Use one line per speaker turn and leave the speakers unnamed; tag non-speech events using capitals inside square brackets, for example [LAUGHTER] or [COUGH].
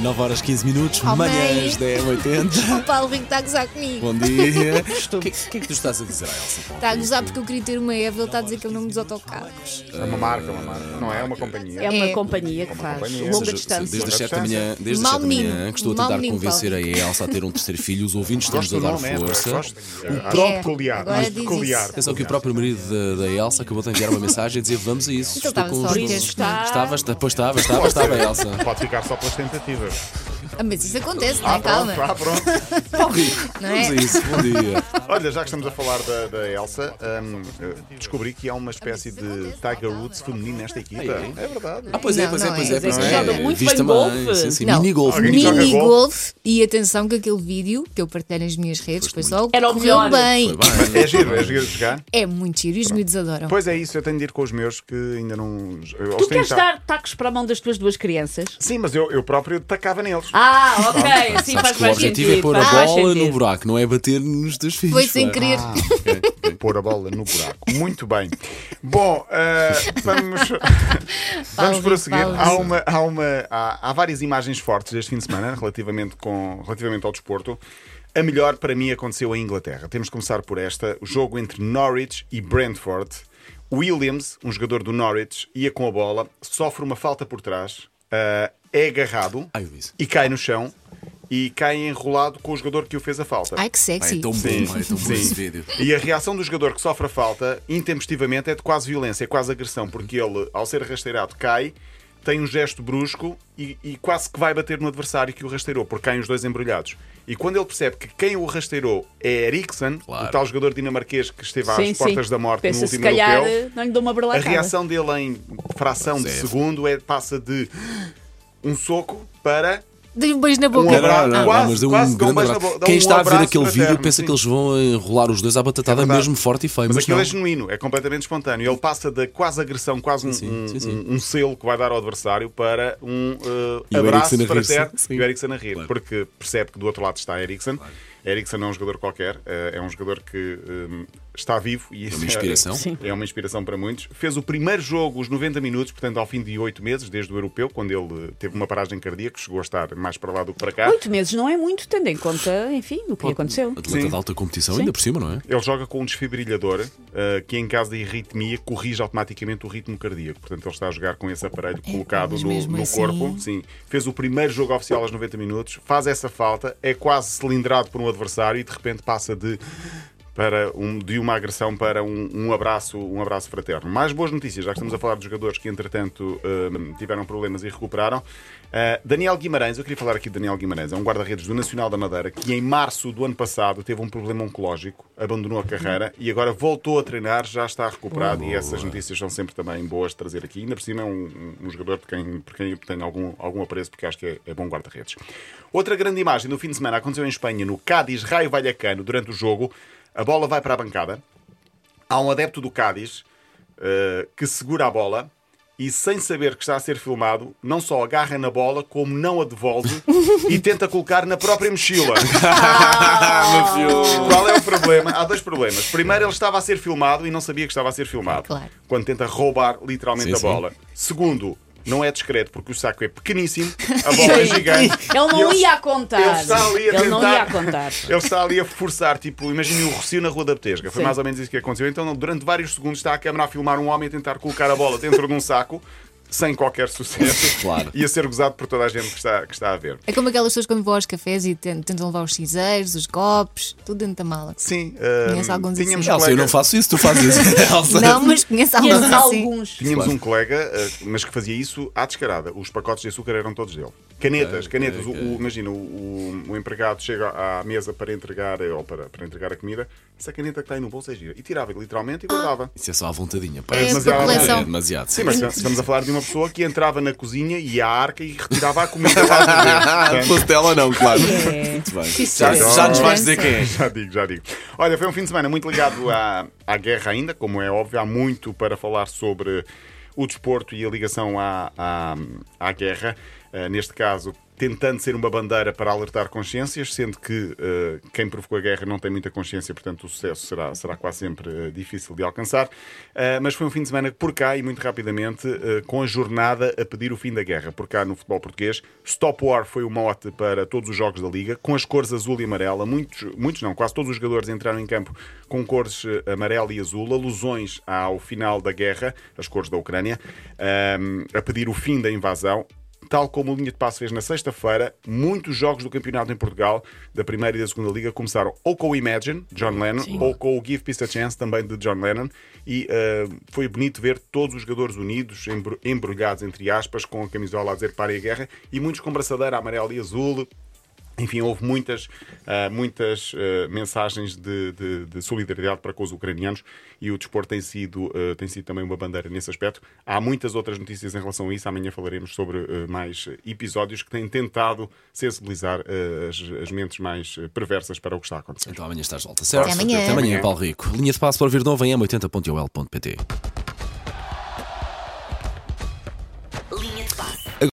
9 horas 15 minutos,
Oh, mãe.
manhãs 10 80
[LAUGHS] O Paulo Rico está a gozar comigo.
Bom dia. O que, o que é que tu estás a dizer à Elsa? Paulo?
Está a gozar porque eu queria ter uma Eva, ele está a dizer que é o nome dos autocarros.
É uma marca, uma marca. Não é uma companhia.
É uma
É.
companhia que faz
companhia.
longa
Seja,
distância.
Desde as 7 da
Longa
manhã, desde as
Mau
7 da manhã
menino,
que estou a
mau
tentar
menino,
convencer a
Paulo.
Elsa a ter um terceiro filho, os ouvintes estão-nos a
Gosto do
dar
nome, é,
força.
gosto.
É,
Acho peculiar,
agora
acho
diz
peculiar.
isso.
Atenção que o próprio marido da, da Elsa acabou de enviar uma mensagem a dizer vamos a isso.
Então estava só a
os
brincar.
doces."
Está-
Estava, está- pois estava, estava, estava a Elsa.
é.
Pode ficar só pelas tentativas.
Ah, mas isso acontece, não
Ah,
é? Calma.
pronto, ah, pronto.
Paulo Rico,
Não é?
vamos a isso, bom dia.
Olha, já que estamos a falar da, da Elsa, hum, eh, descobri que há uma espécie de Tiger Woods feminino nesta equipa. É verdade.
Ah, pois é,
Não,
pois é,
não
pois
é.
é.
Mas é
Pois
que
é.
joga muito
Viste
bem
também,
golfe.
Sim, sim,
Não.
mini-golfe.
Alguém joga
Mini
golfe?
golf e atenção que aquele vídeo que eu partilho nas minhas redes foi só o que
Era o
correu
melhor.
bem.
Foi bem.
É giro, é giro de jogar.
É muito giro e os miúdos adoram.
Pois é isso, eu tenho de ir com os meus que ainda não. Eu,
Tu queres dar tacos para a mão das tuas duas crianças?
Sim, mas eu, eu próprio tacava neles.
Ah, ok, assim
Sabes
faz
que o
mais
objetivo
sentido.
é pôr
faz
a
mais
bola no
sentido.
buraco, não é bater nos teus filhos.
Foi sem
pá. Ah,
querer.
[LAUGHS]
Pôr a bola no buraco. Muito bem. Bom, eh,
[LAUGHS]
vamos, vamos
Paulo,
prosseguir.
Paulo.
Há, uma, há, uma, há, há várias imagens fortes deste fim de semana relativamente, com, relativamente ao desporto. A melhor para mim aconteceu em Inglaterra. Temos de começar por esta: o jogo entre Norwich e Brentford. Williams, um jogador do Norwich, ia com a bola, sofre uma falta por trás, eh, é agarrado
Ai, eu vi isso.
e cai no chão e cai enrolado com o jogador que o fez a falta.
Ai que
Pá, é
sexy.
tão
Sim,
bom, pá, é tão bom
sim.
esse vídeo.
E a reação do jogador que sofre a falta, intempestivamente, é de quase violência, é quase agressão, porque ele, ao ser rasteirado, cai, tem um gesto brusco e, e quase que vai bater no adversário que o rasteirou, porque caem os dois embrulhados. E quando ele percebe que quem o rasteirou é Eriksen,
Claro.
o tal jogador dinamarquês que esteve
Sim,
às portas
sim.
da morte
Pensa,
no
se
último
calhar eh,
europeu,
não lhe dou uma
a
barlacada.
reação dele em fração de
Pois é.
segundo é passa de um soco para
Dei um beijo na
Um
boca.
abraço.
Não, não, não,
Quase-
mas deu
quase
um
dá
grande
um beijo na
abraço.
boca, dá
Quem
um
está a ver
abraço
aquele
fraterno,
vídeo pensa
sim.
que eles vão enrolar os dois à batatada,
verdade.
mesmo forte e feio.
Mas
Mas
aquilo
não.
é genuíno, é completamente espontâneo. Ele passa da quase agressão, quase um,
Sim, sim, sim.
um- um selo que vai dar ao adversário para um eh,
E o
abraço
Eriksen a rir-se.
fraterno
Sim.
e o Eriksen a rir,
Claro.
porque percebe que do outro lado está Eriksen. Eriksen não é um jogador qualquer, eh, é um jogador que eh, está vivo e isso
uma inspiração. Sim.
[LAUGHS] é uma inspiração para muitos. Fez o primeiro jogo, os 90 minutos, portanto, ao fim de 8 meses, desde o europeu, quando ele eh, teve uma paragem cardíaca, chegou a estar mais para lá do que para cá.
Oito meses não é muito, tendo em conta, enfim, o que lhe aconteceu.
Atleta
Sim.
de alta competição, ainda por cima, não é?
Ele joga com um desfibrilhador eh, que, em caso de arritmia, corrige automaticamente o ritmo cardíaco. Portanto, ele está a jogar com esse aparelho colocado
É, mas
no,
mesmo
no
assim-
corpo. Sim. Fez o primeiro jogo oficial aos 90 minutos, faz essa falta, é quase cilindrado por um adversário e de repente passa de. Para um- de uma agressão para um, um abraço um abraço fraterno. Mais boas notícias, já que estamos a falar de jogadores que, entretanto, eh, tiveram problemas e recuperaram. Eh, Daniel Guimarães, eu queria falar aqui de Daniel Guimarães, é um guarda-redes do Nacional da Madeira que, em março do ano passado, teve um problema oncológico, abandonou a carreira e agora voltou a treinar, já está recuperado e essas notícias são sempre também boas de trazer aqui. Ainda por cima é um, um jogador de quem, por quem eu tenho algum, algum apreço porque acho que é, é bom guarda-redes. Outra grande imagem do fim de semana aconteceu em Espanha, no Cádiz Raio Vallecano, durante o jogo. A bola vai para a bancada, há um adepto do Cádiz eh, que segura a bola e, sem saber que está a ser filmado, não só agarra na bola, como não a devolve e tenta colocar na própria mochila. Qual é o problema? Há dois problemas. Primeiro, ele estava a ser filmado e não sabia que estava a ser filmado.
Claro.
Quando tenta roubar literalmente
Sim,
a
sim.
bola. Segundo, não é discreto porque o saco é pequeníssimo, a bola é gigante.
Ele não
E ele-
ia a contar.
ele está ali a
Ele não
tentar.
ia a contar.
[LAUGHS] Ele está ali a forçar, tipo, imagine o Rocio na Rua da Petesca. Foi
Sim.
mais ou menos isso que aconteceu. Então, durante vários segundos, está a câmera a filmar um homem a tentar colocar a bola dentro de um saco, sem qualquer
[LAUGHS]
sucesso,
Claro.
e a ser gozado por toda a gente que está, que está a ver.
É como aquelas pessoas quando vão aos cafés e ten- tentam levar os cinzeiros, os copos, tudo dentro da mala.
Sim, ah,
Conhece alguns assim?
tínhamos, um
Elsa, eu não
colega,
faço isso, tu fazes
[LAUGHS]
isso. Elsa.
Não, mas conheço
E
alguns assim.
alguns.
tínhamos um colega, ah, mas que fazia isso à descarada. Os pacotes de açúcar eram todos dele. Canetas, canetas. O- o- imagina, o, o- o empregado chega à mesa para entregar, eh, ou para, para entregar a comida, essa caneta que está aí no bolso é gira. E tirava demais e guardava.
Isso é só à vontadinha, pá.
É
Isso
por coleção.
É demasiado.
Sim, mas estamos a falar de uma pessoa que entrava na cozinha e a arca e retirava a comida lá do
[LAUGHS] Fosse dela, não, claro.
É.
Muito bem.
Isso
Já,
é.
já nos vais dizer quem é.
Já digo, já digo. Olha, foi um fim de semana muito ligado à, à guerra ainda, como é óbvio, há muito para falar sobre o desporto e a ligação à, à, à guerra. eh, neste caso, tentando ser uma bandeira para alertar consciências, sendo que eh, quem provocou a guerra não tem muita consciência, portanto o sucesso será, será quase sempre eh, difícil de alcançar. Eh, mas foi um fim de semana por cá e muito rapidamente eh, com a jornada a pedir o fim da guerra. Por cá no futebol português, Stop War foi o mote para todos os jogos da Liga, com as cores azul e amarela. Muitos, muitos não, quase todos os jogadores entraram em campo com cores eh, amarela e azul, alusões ao final da guerra, as cores da Ucrânia, ehm, a pedir o fim da invasão. Tal como o Linha de Passo fez na sexta-feira, muitos jogos do campeonato em Portugal, da primeira e da segunda liga, começaram ou com o Imagine, de John Lennon, ou com o Give Peace a Chance, também de John Lennon, e ah, foi bonito ver todos os jogadores unidos, embru- embrulhados, entre aspas, com a camisola a dizer para a guerra, e muitos com braçadeira amarela e azul, enfim, houve muitas, ah, muitas ah, mensagens de, de- de solidariedade para com os ucranianos e o desporto tem sido, ah, tem sido também uma bandeira nesse aspecto. Há muitas outras notícias em relação a isso. Amanhã falaremos sobre ah, mais episódios que têm tentado sensibilizar ah, as, as mentes mais ah, perversas para o que está a acontecer.
Então amanhã estás de volta, certo?
Até amanhã.
Até amanhã, Paulo Rico. Linha de passo para ouvir novo em m80.ol.pt.